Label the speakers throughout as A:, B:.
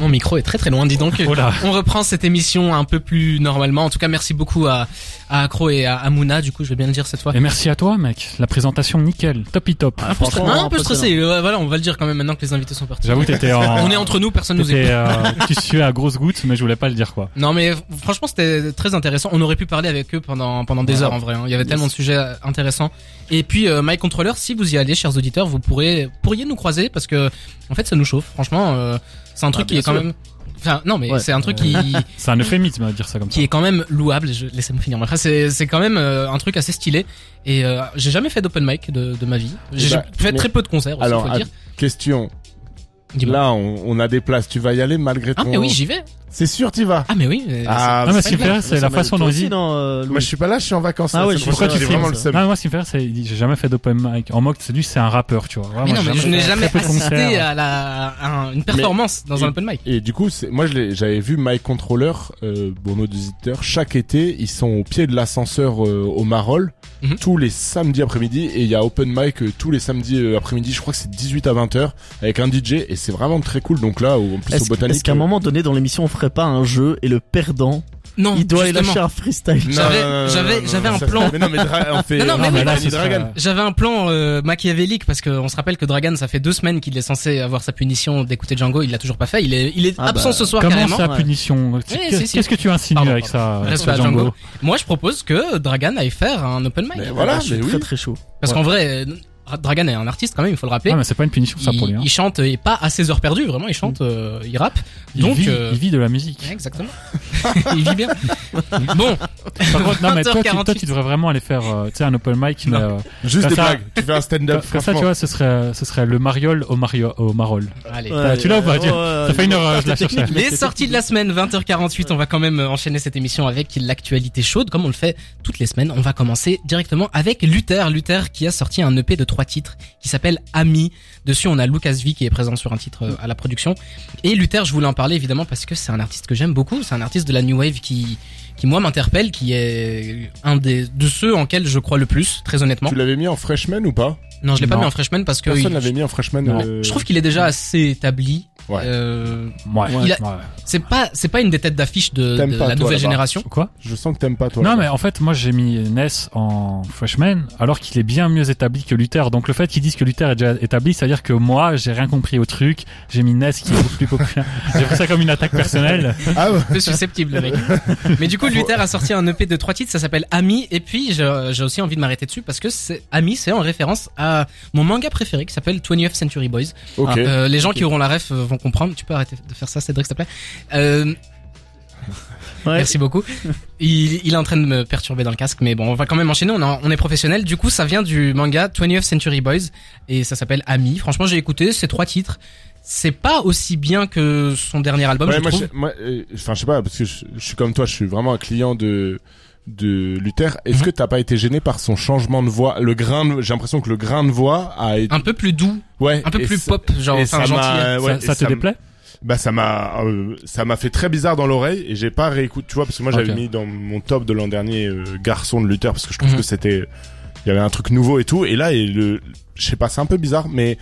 A: Mon micro est très très loin, dis donc.
B: Oh là.
A: On reprend cette émission un peu plus normalement. En tout cas, merci beaucoup à, à Accro et à Amouna. Du coup, je vais bien le dire cette fois.
B: Et merci à toi, mec. La présentation nickel, top i top.
A: Un peu, stre- non, un peu stressé. Euh, Voilà, on va le dire quand même maintenant que les invités sont partis.
B: J'avoue, t'étais en.
A: On est entre nous, personne nous
B: t'étais,
A: écoute.
B: euh, tu suais à grosses gouttes, mais je voulais pas le dire quoi.
A: Non, mais franchement, c'était très intéressant. On aurait pu parler avec eux pendant pendant des
B: Voilà.
A: heures en vrai. hein. Il y avait tellement de sujets euh, intéressants. Et puis, euh, My Controller, si vous y allez, chers auditeurs, vous pourrez pourriez nous croiser parce que en fait, ça nous chauffe. Franchement, euh, c'est un truc qui
C: bien
A: est quand
C: sûr.
A: même. Enfin, non, mais
C: Ouais.
A: c'est un truc qui
B: C'est un euphémisme de dire ça comme ça.
A: qui est quand même louable. Je, laissez-moi finir. Enfin, c'est, c'est quand même euh, un truc assez stylé. Et euh, j'ai jamais fait d'open mic de, de ma vie. J'ai
C: Eh ben,
A: fait
C: mais-
A: très peu de concerts. Aussi,
C: Alors,
A: faut
C: à-
A: le dire.
C: question.
A: Dis-moi.
C: Là, on, on a des places. Tu vas y aller malgré
A: Ah
C: ton.
A: mais oui, j'y vais.
C: C'est sûr, tu vas.
A: Ah mais oui. mais
C: Ah,
B: non, mais
C: c'est-
B: ce qui me fait rire, c'est la façon dont il dit.
D: non, euh, Louis.
C: moi, je suis pas là, je suis en vacances.
D: Ah
C: là,
D: ouais,
C: c'est
D: je
C: pour
D: suis
C: ça que j'ai
D: sûr,
C: vraiment le
D: ça.
C: seum.
A: Ah.
B: Non, moi, ce qui me fait rire, c'est il dit, j'ai jamais fait d'open mic. En moque, c'est lui, c'est un rappeur, tu vois. Vraiment,
A: mais non, mais
B: j'ai
A: je n'ai
B: fait
A: jamais
B: très peu de
A: assisté
B: concerts.
A: à, la, à un- une performance dans un
C: il-
A: open mic.
C: Et du coup, c'est- moi, je l'ai- j'avais vu My Controller, euh, bon, nos auditeurs, chaque été, ils sont au pied de l'ascenseur euh, au Marol,
A: Mhm.
C: tous les samedis après-midi, et il y a Open Mic euh, tous les samedis euh, après-midi, je crois que c'est 18 à 20h, avec un DJ, et c'est vraiment très cool. Donc là, au- en plus au
D: Est-ce
C: Botanique...
D: est-ce qu'à un
C: euh,
D: moment donné dans l'émission on ferait pas un jeu et le perdant
A: Non,
D: il doit y
A: justement.
D: lâcher un freestyle
C: euh, non,
A: J'avais-
C: non, non, non,
A: j'avais-
C: non, non,
A: j'avais un
C: ça-
A: plan.
C: Mais non, mais dra- on fait...
A: Non, non, mais
C: on
A: oui,
C: fait
B: Ah, là,
C: Danny
B: ce serait-
C: Dragan.
A: J'avais un plan euh, machiavélique parce qu'on se rappelle que Dragan, ça fait deux semaines qu'il est censé avoir sa punition d'écouter Django. Il l'a toujours pas fait. Il est, il est
D: Ah
A: absent
D: bah,
A: ce soir
B: Comment
A: carrément.
B: ça,
D: ouais.
B: punition Qu'est-
A: si, si.
B: Qu'est-ce que tu insinues
A: Pardon,
B: avec ça euh,
A: Reste
B: sur
A: à
B: Django,
A: Django. Moi, je propose que Dragan aille faire un open mic.
C: Mais
D: Ah,
C: voilà,
D: je suis
C: mais
D: très
C: oui.
D: très chaud
A: Parce qu'en vrai, euh, Dragan est un artiste quand même. Il faut le rappeler.
B: Ah, mais c'est pas une punition, ça, pour lui.
A: il,
B: hein. Mm.
A: il chante et pas à ses heures perdues, vraiment, il chante, euh, il rappe.
B: Il
A: Donc,
B: vit-
A: euh,
B: il vit de la musique.
A: ouais, exactement. il vit bien. Bon,
B: Par contre, non, mais toi, tu, toi,
A: 20h48.
B: tu devrais vraiment aller faire, euh, tu sais, un open mic, mais,
A: Non.
B: euh,
C: Juste
B: Comme
C: des
B: ça-
C: blagues, tu fais un stand-up,
B: comme ça, tu
C: franchement.
B: vois, ce serait, ce serait le mariole au mario, au marole.
A: allez.
D: Ouais,
B: tu l'as ou pas,
D: ouais,
B: tiens
D: ouais,
B: Ça fait une heure, euh, je la
D: technique,
B: cherchais.
D: Ah, mais
A: Les
D: c'est
A: sorties de la semaine, 20h48, on va quand même euh, enchaîner cette émission avec l'actualité chaude, comme on le fait toutes les semaines. On va commencer directement avec Luther. Luther qui a sorti un EP de trois titres qui s'appelle Ami. Dessus, on a Lucas V qui est présent sur un titre euh, à la production. Et Luther, je voulais en parler évidemment parce que c'est un artiste que j'aime beaucoup. C'est un artiste de la New Wave qui, qui moi m'interpelle, qui est un des, de ceux en quel je crois le plus, très honnêtement.
C: Tu l'avais mis en freshman ou pas
A: Non, je l'ai pas
B: Non.
A: mis en freshman parce que
C: Personne
A: il-
C: l'avait mis en freshman.
B: Non.
C: euh,
A: je trouve qu'il est déjà assez établi.
C: Ouais.
A: Euh,
B: Ouais.
A: Il a- c'est pas c'est pas une des têtes d'affiche de,
C: T'aimes
A: de
C: pas,
A: la
C: toi,
A: nouvelle
C: là-bas.
A: génération.
B: Quoi
C: Je sens que t'aimes pas toi.
B: Non,
C: là.
B: mais en fait, moi, j'ai mis Ness en freshman, alors qu'il est bien mieux établi que Luther. Donc, le fait qu'ils disent que Luther est déjà établi, c'est-à-dire que moi, j'ai rien compris au truc. J'ai mis Ness qui est beaucoup plus populaire. j'ai pris ça comme une attaque personnelle.
C: Ah, ouais.
A: Un peu susceptible le mec. Mais du coup, Luther a sorti un EP de trois titres, ça s'appelle Ami. Et puis, je- j'ai aussi envie de m'arrêter dessus parce que c'est Ami, c'est en référence à mon manga préféré qui s'appelle 20th Century Boys.
C: ok.
A: Euh, les gens qui auront la ref euh, vont comprendre. Tu peux arrêter de faire ça, Cédric, s'il te plaît. Euh,
D: Ouais.
A: Merci beaucoup. Il, il est en train de me perturber dans le casque, mais bon, on va quand même enchaîner. On, est- on est professionnel. Du coup, ça vient du manga 20th Century Boys et ça s'appelle Ami. Franchement, j'ai écouté ces trois titres. C'est pas aussi bien que son dernier album,
C: Ouais,
A: je
C: moi,
A: trouve.
C: je- moi, euh, enfin, je sais pas, parce que je, je suis comme toi, je suis vraiment un client de de Luther. Est-ce
A: Mhm.
C: que t'as pas été gêné par son changement de voix, le grain de- J'ai l'impression que le grain de voix a été,
A: Un peu plus doux,
C: ouais,
A: un peu
C: et
A: plus
C: ça-
A: pop, genre
C: et
A: enfin
C: ça
A: gentil. hein.
C: m'a- ouais,
B: ça,
C: et
B: ça te
C: m-
B: déplaît
C: Bah ça m'a, euh, ça m'a fait très bizarre dans l'oreille et j'ai pas réécouté, tu vois, parce que moi j'avais
B: Ok.
C: mis dans mon top de l'an dernier euh, Garçon de Luther parce que je trouve
A: Mhm.
C: que c'était, il y avait un truc nouveau et tout. Et là, et le, je sais pas, c'est un peu bizarre, mais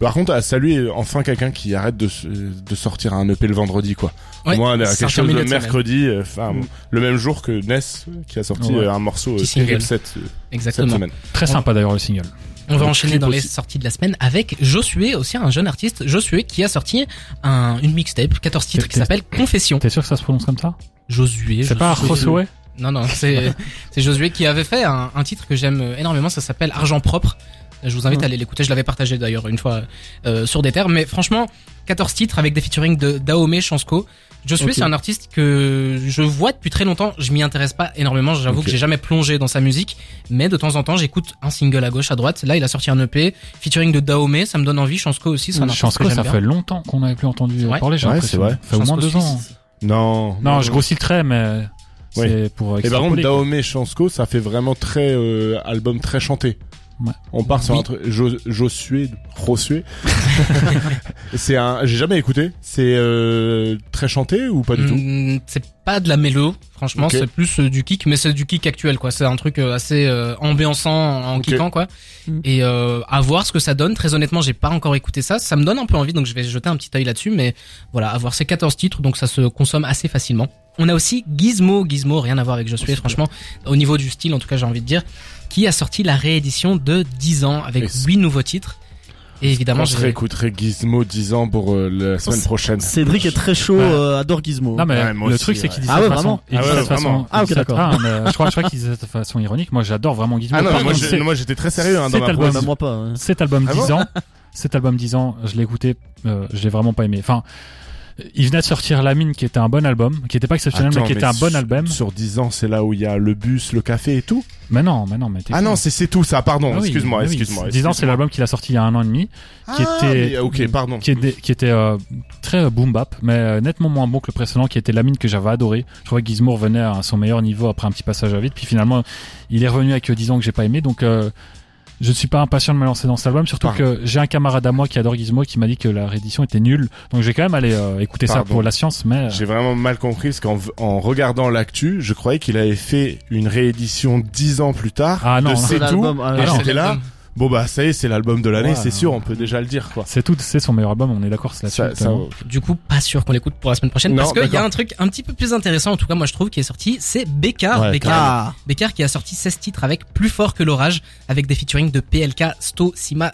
C: par contre, à saluer euh, enfin quelqu'un qui arrête de, se- de sortir un EP le vendredi, quoi.
A: Ouais,
C: Moi,
A: c'est
C: quelque
A: un
C: chose
A: milieu
C: le
A: de semaine.
C: mercredi, euh, enfin, bon, le même jour que Ness qui a sorti
B: Ouais.
C: euh, un morceau euh,
A: Petit single.
C: terrible cette, euh, cette
A: Exactement.
C: semaine.
B: Très sympa d'ailleurs le single.
A: On va
C: Le
A: enchaîner
C: clip
A: dans les
C: aussi.
A: sorties de la semaine avec Josué, aussi un jeune artiste, Josué qui a sorti un, une mixtape, 14 titres qui
B: T'es-
A: s'appelle Confession.
B: T'es sûr que ça se prononce comme ça
A: Josué.
B: C'est pas
A: Josué.
B: Rossoway
A: Non, non, c'est c'est Josué qui avait fait un, un titre que j'aime énormément, ça s'appelle Argent Propre. Je vous invite
B: Mhm.
A: à aller l'écouter, je l'avais partagé d'ailleurs une fois euh, sur des terres, mais franchement, 14 titres avec des featuring de Daomé, Chansko. Josué,
D: Ok.
A: c'est un artiste que je vois depuis très longtemps, je m'y intéresse pas énormément, j'avoue
C: Ok.
A: que j'ai jamais plongé dans sa musique, mais de temps en temps, j'écoute un single à gauche, à droite. Là, il a sorti un EP, featuring de Daomé, ça me donne envie, Chansko aussi, c'est un
B: Je
A: artiste
B: pense
A: que
B: que
A: j'aime
B: ça
A: bien.
B: fait longtemps qu'on n'avait plus entendu
A: Ouais.
B: parler, j'ai
C: Ouais,
B: l'impression.
C: c'est vrai.
B: Ça fait au moins
A: Chansko
B: deux ans. hein.
A: suisse.
C: Non.
B: Non, je grossis le trait, mais c'est pour
C: Et par
B: extrapoler,
C: contre,
B: quoi.
C: Daomé Chansko, ça fait vraiment très euh, album très chanté.
B: Ouais.
C: On part sur
A: Oui.
C: un truc. Jo- Josué, Rosué. c'est un. J'ai jamais écouté. C'est euh, très chanté ou
B: Mm.
C: pas du tout
A: Hmm, C'est pas de la mélo, franchement,
C: Ok.
A: c'est plus euh, du kick, mais c'est du kick actuel, quoi. C'est un truc euh, assez euh, ambiançant en
C: Ok.
A: kickant, quoi.
D: Mhm.
A: Et euh, à voir ce que ça donne. Très honnêtement, j'ai pas encore écouté ça. Ça me donne un peu envie, donc je vais jeter un petit œil là-dessus. Mais voilà, à voir. C'est 14 titres, donc ça se consomme assez facilement. On a aussi Gizmo, Gizmo, rien à voir avec
C: Oh,
A: Josué, franchement, au niveau du style, en tout cas, j'ai envie de dire, qui a sorti la réédition de 10 ans avec
C: Est-ce-
A: 8 nouveaux titres. Et évidemment,
C: On se
A: j'ai-
C: réécouterait Gizmo 10 ans pour euh,
B: Oh,
C: la semaine
D: c'est-
C: prochaine.
D: Cédric est très chaud,
B: Ouais.
D: euh, adore Gizmo.
B: Non, mais
C: Ouais, moi
B: le
C: aussi,
B: truc, c'est
C: ouais.
B: qu'il dit
D: Ah
B: ça
D: ouais,
B: de façon.
D: vraiment
B: il dit
C: Ah
B: ça
C: ouais,
B: de façon-
C: vraiment.
B: il dit
D: Ah, ok,
B: ça de-
D: d'accord.
B: ah, mais je crois, je crois qu'il dit ça de façon ironique. Moi, j'adore vraiment Gizmo.
C: Ah non,
B: Par
C: moi,
B: contre,
C: je-
B: c'est-
C: moi, j'étais très sérieux hein, dans
B: cet
C: ma
B: album-
D: Ouais,
C: phrase.
D: bah, moi pas. ouais.
B: cet album
C: Ah
B: 10
C: bon
B: ans, cet album 10 ans, je l'ai écouté, euh, je l'ai vraiment pas aimé. Enfin, il venait de sortir La Mine, qui était un bon album, qui était pas exceptionnel,
C: Attends,
B: mais qui était un
C: mais
B: bon
C: sur-
B: album.
C: Sur 10 ans, c'est là où il y a le bus, le café et tout.
B: Mais non, mais non, mais t'es
C: Ah
B: fou.
C: non, c'est c'est tout ça. Pardon,
B: Ah oui,
C: excuse-moi,
B: ah oui.
C: excuse-moi.
B: 10 ans, c'est l'album qu'il a sorti il y a un an et demi, qui
C: Ah,
B: était-
C: mais- Ok, pardon.
B: qui était, qui était euh, très euh, boom bap, mais euh, nettement moins bon que le précédent, qui était La Mine que j'avais adoré. Je crois que Gizmo revenait à son meilleur niveau après un petit passage à vide, puis finalement, il est revenu avec euh, 10 ans que j'ai pas aimé, donc. euh, je ne suis pas impatient de me lancer dans cet album, surtout
C: Pardon.
B: que j'ai un camarade à moi qui adore Gizmo et qui m'a dit que la réédition était nulle. Donc j'ai quand même allé euh, écouter ça
C: Pardon.
B: pour la science, mais euh,
C: J'ai vraiment mal compris parce qu'en en regardant l'actu, je croyais qu'il avait fait une réédition dix ans plus tard
B: Ah non,
C: de
B: non.
C: C'est tout.
D: L'album, ah,
C: Et
B: Ah non.
C: j'étais là. Bon bah ça y est, c'est l'album de l'année,
B: Ouais,
C: c'est sûr,
B: ouais.
C: on peut déjà le dire quoi.
B: c'est tout, c'est son meilleur album, on est d'accord, c'est hein.
C: Ça,
B: là-dessus.
C: ça,
B: notamment.
A: Du coup, pas sûr qu'on l'écoute pour la semaine prochaine
C: Non,
A: parce qu'il y a
C: d'accord.
A: un truc un petit peu plus intéressant, en tout cas moi je trouve, qui est sorti, c'est Bécard.
C: Ouais,
A: Bécard.
D: Ah,
A: Bécard qui a sorti 16 titres avec Plus fort que l'orage, avec des featuring de PLK, Sto, Sima,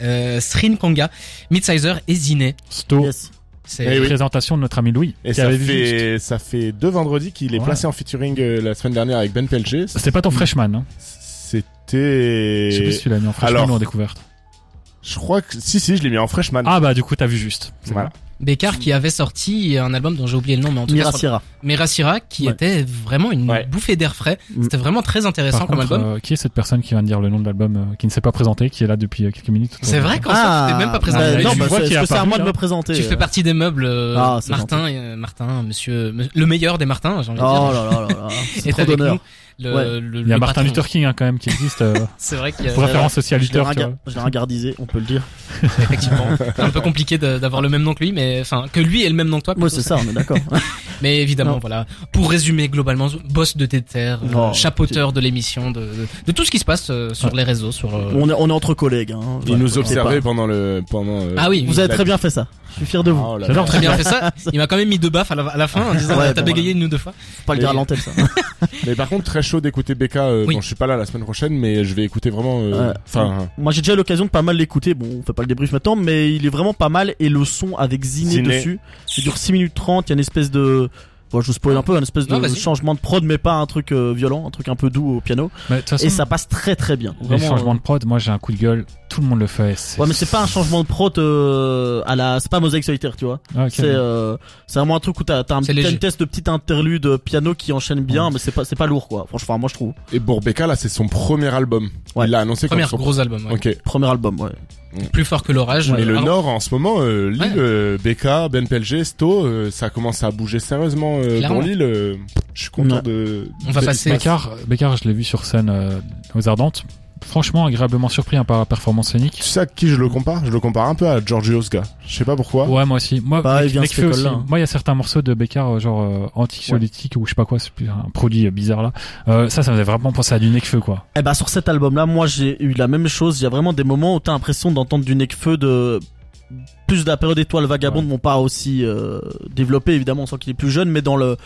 A: euh, Srin Konga, Midsizer et Ziné.
B: Sto,
D: yes.
A: C'est
C: Eh oui.
B: présentation de notre ami Louis.
C: Et
B: qui
C: ça
B: avait juste-
C: fait, ça fait deux vendredis qu'il est
B: Ouais.
C: placé en featuring euh, la semaine dernière avec Ben Pelché.
B: C'était pas ton freshman, hein.
C: C'était...
B: Je sais plus si tu l'as mis en freshman
C: Alors-
B: ou en découverte.
C: Je crois que... Si, si, je l'ai mis en freshman.
B: Ah bah du coup t'as vu juste. C'est
C: Voilà.
A: Bécard qui avait sorti un album dont j'ai oublié le nom, mais en tout
D: Mira
A: cas, sur-
D: Sierra.
A: Mira Sierra, qui
D: Ouais.
A: était vraiment une
C: Ouais.
A: bouffée d'air frais.
D: Mm.
A: C'était vraiment très
B: Par
A: intéressant comme
B: contre,
A: album.
B: euh, qui est cette personne qui vient de dire le nom de l'album, euh, qui ne s'est pas présenté, qui est là depuis euh, quelques minutes tout à
A: C'est
B: l'heure.
A: vrai qu'en soi, tu t'es même pas présenté.
D: bah,
B: Mais
D: non,
B: tu
D: bah,
B: vois
D: c'est-
B: qu'il
D: est-ce
B: a
D: que c'est à
B: apparu,
D: moi de
B: là
D: me présenter.
A: Tu fais
D: euh.
A: partie des meubles, euh,
D: Ah, c'est
A: Martin, et, euh, Martin, monsieur, le meilleur des Martins, j'ai envie de dire.
D: Oh là là là là. C'est
A: est
D: trop
A: avec
D: d'honneur.
A: nous. Le, le-
D: Ouais.
B: Il y a
A: le patron.
B: Martin Luther King hein, quand même qui existe euh,
A: C'est vrai qu'il y a
B: pour référence aussi à
D: Je l'ai
B: Luther. tu
D: ringa-
B: vois.
D: je l'ai ringardisé, on peut le dire.
A: effectivement c'est un peu compliqué de- d'avoir le même nom que lui, mais enfin que lui ait le même nom que toi.
D: Moi,
A: plutôt.
D: c'est ça, on est d'accord.
A: Mais évidemment,
D: Non.
A: voilà. Pour résumer globalement, boss de Tether, euh,
D: Non.
A: chapeauteur de l'émission, de, de, de tout ce qui se passe euh, sur
B: Ouais.
A: les réseaux, sur. euh,
D: On est, on est entre collègues. Hein.
C: Il
D: Voilà.
C: nous observait
D: C'est
C: pendant le... Pendant, euh,
A: Ah oui, oui.
D: pas- Vous avez très bien fait ça. Je suis fier de vous.
C: Oh là là.
B: J'adore.
A: Bah, Très bien fait ça. Il m'a quand même mis deux baffes à la, à la fin en disant
D: Ouais,
A: t'as
D: bon,
A: bégayé une ou deux fois.
D: Faut pas le dire à l'antenne, ça.
C: Mais par contre, très chaud d'écouter Becca. euh,
A: Oui.
C: Bon, je suis pas là la semaine prochaine, mais je vais écouter vraiment... euh,
D: Ouais.
C: Enfin...
D: Moi, j'ai déjà eu l'occasion de pas mal l'écouter. Bon, on fait pas le débrief maintenant, mais il est vraiment pas mal. Et le son avec Ziné,
C: Ziné.
D: dessus, il dure 6 minutes 30. Il y a une espèce de. Bon, je vous spoil un peu, un espèce de
A: Non, vas-y.
D: changement de prod, mais pas un truc euh, violent, un truc un peu doux au piano.
B: Mais de toute façon,
D: Et ça passe très très bien.
B: les
D: Vraiment,
B: changements de prod, moi j'ai un coup de gueule, tout le monde le fait.
D: Ouais, mais c'est pas un changement de prod euh, à la. C'est pas Mosaic Solitaire, tu vois.
B: Ah, ok.
D: C'est euh, c'est vraiment un truc où t'as t'as un
A: C'est
D: petit
A: léger.
D: test de petit interlude euh, piano qui enchaîne bien,
B: Ouais.
D: mais c'est pas c'est pas lourd quoi. Franchement, moi je trouve.
C: Et Bourbeca, là, c'est son premier album.
D: Ouais.
C: Il l'a annoncé comme
A: Premier
C: son...
A: gros album. ouais.
C: Ok.
D: Premier album, ouais.
A: Plus fort que l'orage.
C: Mais
A: Euh,
C: le
A: alors-
C: Nord, en ce moment, euh, Lille,
A: Ouais.
C: euh, Becca, Ben Pelgé, Sto, euh, ça commence à bouger sérieusement euh,
A: Clairement.
C: dans Lille. euh, je suis content
D: Ouais.
C: de...
A: On va
C: de-
A: passer.
B: Bécard, Bécard, je l'ai vu sur scène euh, aux Ardentes. Franchement, agréablement surpris hein, par la performance scénique.
C: Tu sais à qui je le compare Je le compare un peu à Giorgio Osga. Je sais pas pourquoi.
B: Ouais, moi aussi. Moi,
D: Bah, il
B: Nick-
D: vient de
B: Nick
D: cette
B: Feu aussi.
D: école-là, hein.
B: Moi, il y a certains morceaux de Bécard, euh, genre euh, antisolytique ou je sais pas quoi, c'est plus un produit euh, bizarre là. Euh, ça, ça me faisait vraiment penser à du Necfeu quoi.
D: Eh ben sur cet album-là, moi j'ai eu la même chose. Il y a vraiment des moments où t'as l'impression d'entendre du Necfeu de plus de la période étoile vagabonde, bon pas aussi euh, développé évidemment, on sent qu'il est plus jeune, mais dans le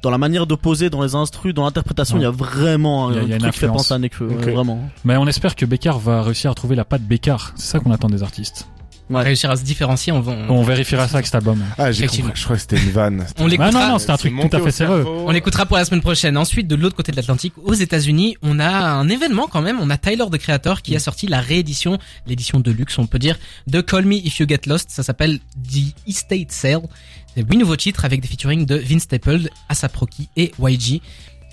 D: dans la manière de poser, dans les instrus, dans l'interprétation, il
B: Ouais.
D: y a vraiment
B: Il y a-
D: un
B: il y a une
D: truc qui fait
B: influence.
D: penser à Necfeu, ouais,
C: Ok.
D: vraiment.
B: Mais on espère que Bécard va réussir à trouver la patte Bécard. C'est ça qu'on attend des artistes.
D: Ouais.
A: Réussir à se différencier, on va. on-
B: On vérifiera ça avec cet album.
C: Ah, j'ai
A: Effectivement.
C: compris. Je crois que c'était une vanne.
A: On
B: Bah
A: l'écoutera.
B: non, non, c'est un truc tout à fait sérieux.
A: On l'écoutera pour la semaine prochaine. Ensuite, de l'autre côté de l'Atlantique, aux États-Unis, on a un événement quand même. On a Tyler the Creator
B: Mm.
A: qui a sorti la réédition, l'édition de luxe, on peut dire, de Call Me If You Get Lost. Ça s'appelle The Estate Sale. C'est huit nouveaux titres avec des featuring de Vince Staples, Asap Rocky et YG.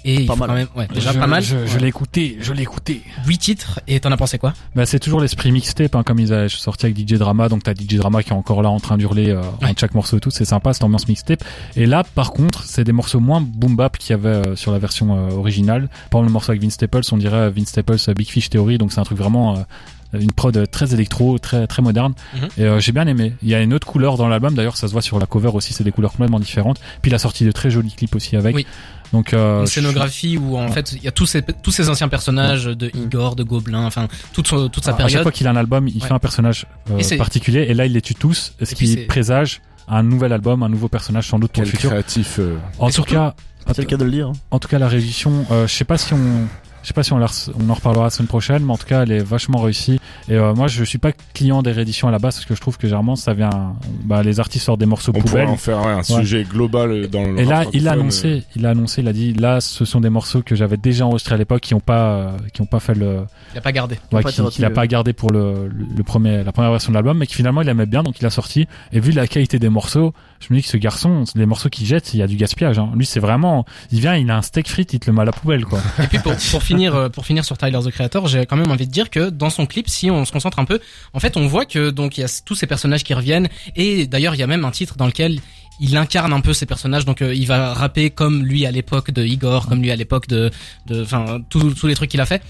A: et il
D: Pas
A: faut
D: mal.
A: quand même, ouais, déjà
B: je,
A: pas mal.
B: Je, je
A: Ouais.
B: l'ai écouté, je l'ai écouté.
A: Huit titres, et t'en as pensé quoi
B: Bah, c'est toujours l'esprit mixtape, hein, comme ils avaient sorti avec DJ Drama. Donc, t'as DJ Drama qui est encore là en train d'hurler euh,
A: Ouais.
B: entre chaque morceau et tout. C'est sympa, cette ambiance mixtape. Et là, par contre, c'est des morceaux moins boom bap qu'il y avait euh, sur la version euh, originale. Par exemple, le morceau avec Vince Staples, on dirait euh, Vince Staples euh, Big Fish Theory. Donc, c'est un truc vraiment, euh, une prod euh, très électro, très, très moderne.
A: Mhm.
B: Et euh, j'ai bien aimé. Il y a une autre couleur dans l'album. D'ailleurs, ça se voit sur la cover aussi. C'est des couleurs complètement différentes. Puis, il a sorti de très jolis clips aussi avec.
A: Oui.
B: Donc, euh,
A: Une
B: je-
A: scénographie où en fait il y a tous ces tous ces anciens personnages de Igor, de Gobelin, enfin toute son- toute sa
B: Mm. Ah, À chaque
A: période.
B: fois qu'il a un album, il
A: Ouais.
B: fait un personnage euh,
A: Et c'est-
B: particulier et là il les tue tous, ce
A: puis
B: qui
A: c'est-
B: présage un nouvel album, un nouveau personnage sans doute pour
C: Quel
B: le futur.
C: créatif. euh,
B: En
A: Et
B: tout
A: surtout-
B: cas,
D: C'est le cas de le dire.
B: en tout cas la réédition, euh, je sais pas si on je sais pas si on, la re- on en reparlera la semaine prochaine, mais en tout cas, elle est vachement réussie. Et euh, moi, je suis pas client des rééditions à la base, parce que je trouve que généralement, ça vient. Bah, les artistes sortent des morceaux
C: On pourrait
B: poubelles.
C: en faire ouais, un sujet global euh, dans le.
B: Et là,
C: rap
B: il a
C: francophone, euh,
B: annoncé, il a annoncé, il a dit, là, ce sont des morceaux que j'avais déjà enregistrés à l'époque, qui ont pas, euh, qui ont pas fait le,
A: Il a pas gardé.
D: Il a
B: Ouais,
D: pas
B: qui-
D: été
B: qu'il a
D: retenu.
B: pas gardé pour le, le, le premier, la première version de l'album, mais qui finalement il aimait bien, donc il l'a sorti. Et vu la qualité des morceaux, je me dis que ce garçon, les morceaux qu'il jette, il y a du gaspillage. Hein. Lui, c'est vraiment, il vient, il a un steak frites, il te le met à la poubelle, quoi.
A: Et puis pour, pour finir euh, pour finir sur Tyler the Creator, j'ai quand même envie de dire que dans son clip, si on se concentre un peu, en fait on voit que donc il y a tous ces personnages qui reviennent et d'ailleurs il y a même un titre dans lequel il incarne un peu ces personnages, donc euh, il va rapper comme lui à l'époque de Igor, comme lui à l'époque de, de, enfin tous tous les trucs qu'il a fait.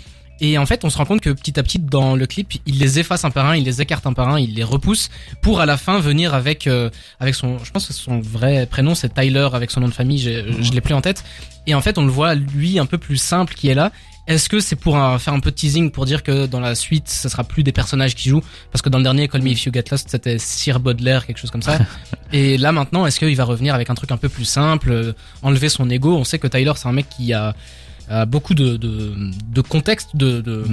A: Et en fait, on se rend compte que petit à petit dans le clip, il les efface un par un, il les écarte un par un, il les repousse pour à la fin venir avec euh, avec son, je pense que son vrai prénom c'est Tyler avec son nom de famille, j'ai- je l'ai plus en tête. Et en fait, on le voit lui un peu plus simple qui est là. Est-ce que c'est pour un- faire un peu de teasing pour dire que dans la suite, ce sera plus des personnages qui jouent parce que dans le dernier Call Me If You Get Lost, c'était Sir Baudelaire, quelque chose comme ça. Et là maintenant, est-ce qu'il va revenir avec un truc un peu plus simple, euh, enlever son ego On sait que Tyler, c'est un mec qui a, a beaucoup de, de, de contexte, de de-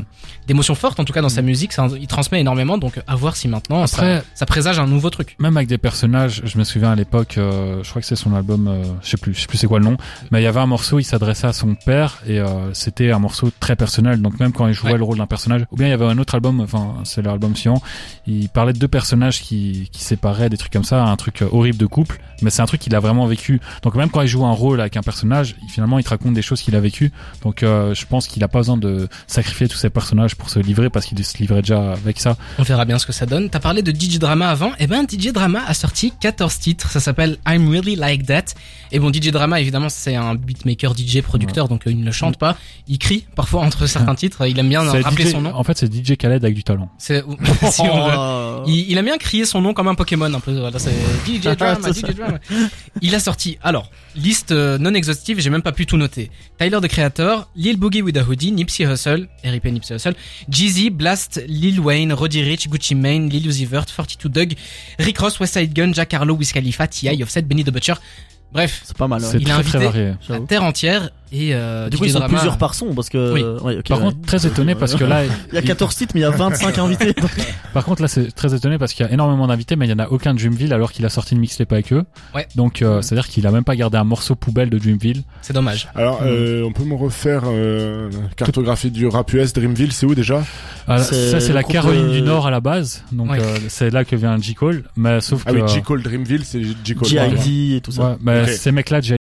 A: d'émotions fortes, en tout cas dans sa musique, ça, il transmet énormément. Donc à voir si maintenant ça,
B: Après-
A: ça présage un nouveau truc.
B: Même avec des personnages, je me souviens à l'époque, euh, je crois que c'est son album, euh, je sais plus, je sais plus c'est quoi le nom, mais il y avait un morceau, il s'adressait à son père et euh, c'était un morceau très personnel. Donc même quand il jouait
A: Ouais.
B: le rôle d'un personnage, ou bien il y avait un autre album, enfin c'est l'album suivant, il parlait de deux personnages qui qui séparaient, des trucs comme ça, un truc euh, horrible de couple, mais c'est un truc qu'il a vraiment vécu. Donc même quand il joue un rôle avec un personnage, il- finalement il te raconte des choses qu'il a vécues. Donc euh, je pense qu'il a pas besoin de sacrifier tous ses personnages pour se livrer parce qu'il se livrait déjà avec ça.
A: On verra bien ce que ça donne. T'as parlé de DJ Drama avant. Eh ben, DJ Drama a sorti 14 titres. Ça s'appelle I'm Really Like That. Et bon, DJ Drama, évidemment, c'est un beatmaker, DJ, producteur, donc euh, il ne chante pas. Il crie parfois entre certains titres. Il aime bien
B: C'est Oh.
A: rappeler
B: DJ
A: son nom.
B: En fait c'est DJ Khaled avec du talent.
A: C'est, si on veut.
D: Oh.
A: Il, il aime bien crier son nom comme un Pokémon un peu. Voilà, c'est DJ Drama,
D: Ah, C'est ça.
A: DJ Drama. Il a sorti, alors, liste euh, non exhaustive, j'ai même pas pu tout noter. Tyler the Creator, Lil Boogie with a Hoodie, Nipsey Hussle, R.I.P. Nipsey Hussle, Jeezy, Blast, Lil Wayne, Roddy Rich, Gucci Mane, Lil Uzi Vert, 42 Doug, Rick Ross, West Side Gun, Jack Harlow, Wiz Khalifa, T.I., Offset, Benny the Butcher. Bref,
D: C'est pas mal. ouais.
B: C'est Ah,
A: Il a
B: très, très
A: invité-
B: varié.
A: la
D: J'avoue.
A: terre entière et euh,
D: Bah Du coup,
A: DJ
D: ils sont
A: Drama,
D: plusieurs par son parce que.
A: Oui.
D: ouais, ok,
B: Par
D: ouais.
B: contre, très étonné parce que là,
D: Il y a 14 titres, mais il y a 25 invités. donc-
B: Par contre, là, c'est très étonné parce qu'il y a énormément d'invités, mais il y en a aucun de Dreamville alors qu'il a sorti une mixtape avec eux.
A: Ouais.
B: Donc, euh, c'est-à-dire qu'il a même pas gardé un morceau poubelle de Dreamville.
A: C'est dommage.
C: Alors, euh, on peut me refaire euh, cartographie du rap US Dreamville, c'est où déjà
B: Ah,
D: C'est
B: ça, c'est
D: le
B: la
D: groupe
B: Caroline
D: de-
B: du Nord à la base. Donc,
A: Ouais.
B: euh, c'est là que vient J. Cole. Mais sauf
C: Ah
B: que. euh,
C: oui, J. Cole Dreamville, c'est J. Cole.
D: G.I.D. et tout ça.
B: Ouais, mais
C: Ok.
B: ces mecs-là, J.